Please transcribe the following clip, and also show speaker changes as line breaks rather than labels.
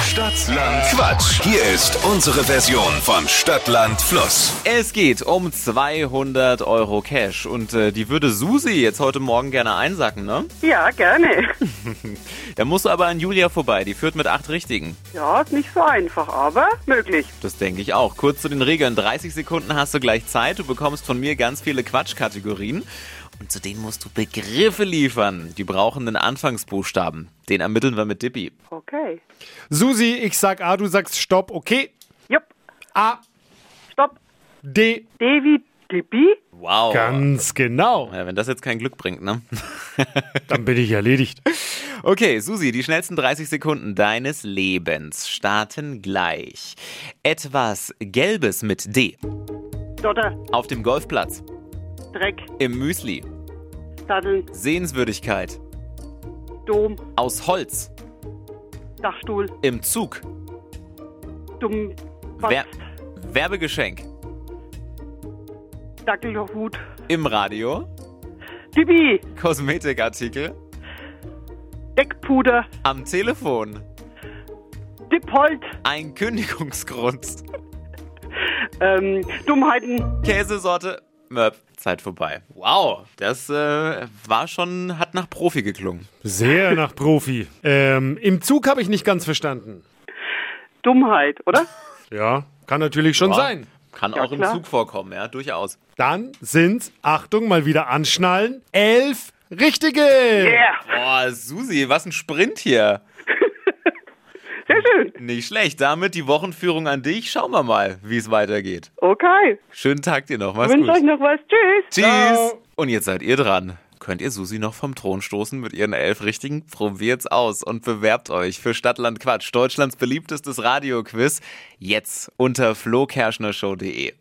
Stadtland Quatsch. Hier ist unsere Version von Stadtland Fluss.
Es geht um 200 Euro Cash und äh, die würde Susi jetzt heute Morgen gerne einsacken, ne?
Ja, gerne.
Da musst du aber an Julia vorbei, die führt mit acht Richtigen.
Ja, ist nicht so einfach, aber möglich.
Das denke ich auch. Kurz zu den Regeln. 30 Sekunden hast du gleich Zeit, du bekommst von mir ganz viele Quatschkategorien und zu denen musst du Begriffe liefern. Die brauchen einen Anfangsbuchstaben. Den ermitteln wir mit Dippi.
Okay.
Susi, ich sag A, du sagst Stopp, okay.
Jupp.
A,
Stopp.
D.
Devi Dibi?
Wow.
Ganz genau.
Ja, wenn das jetzt kein Glück bringt, ne?
Dann bin ich erledigt.
Okay, Susi, die schnellsten 30 Sekunden deines Lebens starten gleich. Etwas Gelbes mit D.
Dotter.
Auf dem Golfplatz.
Dreck.
Im Müsli.
Satteln.
Sehenswürdigkeit.
Dom.
Aus Holz.
Dachstuhl.
Im Zug.
Dumm.
Wer Werbegeschenk.
Dackelhut.
Im Radio.
Dibi.
Kosmetikartikel.
Deckpuder.
Am Telefon.
Dippold.
Ein Kündigungsgrund.
Ähm, Dummheiten.
Käsesorte. Möp. Zeit vorbei. Wow, das äh, war schon, hat nach Profi geklungen.
Sehr nach Profi. Ähm, Im Zug habe ich nicht ganz verstanden.
Dummheit, oder?
Ja, kann natürlich schon sein.
Kann auch im
klar.
Zug vorkommen, ja, durchaus.
Dann sind's, Achtung, mal wieder anschnallen, elf richtige.
Ja.
Boah, Susi, was ein Sprint hier.
Sehr schön.
Nicht schlecht. Damit die Wochenführung an dich. Schauen wir mal, wie es weitergeht.
Okay.
Schönen Tag dir noch. Mach's
Wünsche euch
gut.
noch was. Tschüss.
Tschüss. Und jetzt seid ihr dran. Könnt ihr Susi noch vom Thron stoßen mit ihren elf Richtigen? Probiert's aus und bewerbt euch für Stadtland Quatsch, Deutschlands beliebtestes Radioquiz. Jetzt unter flokerschnershow.de.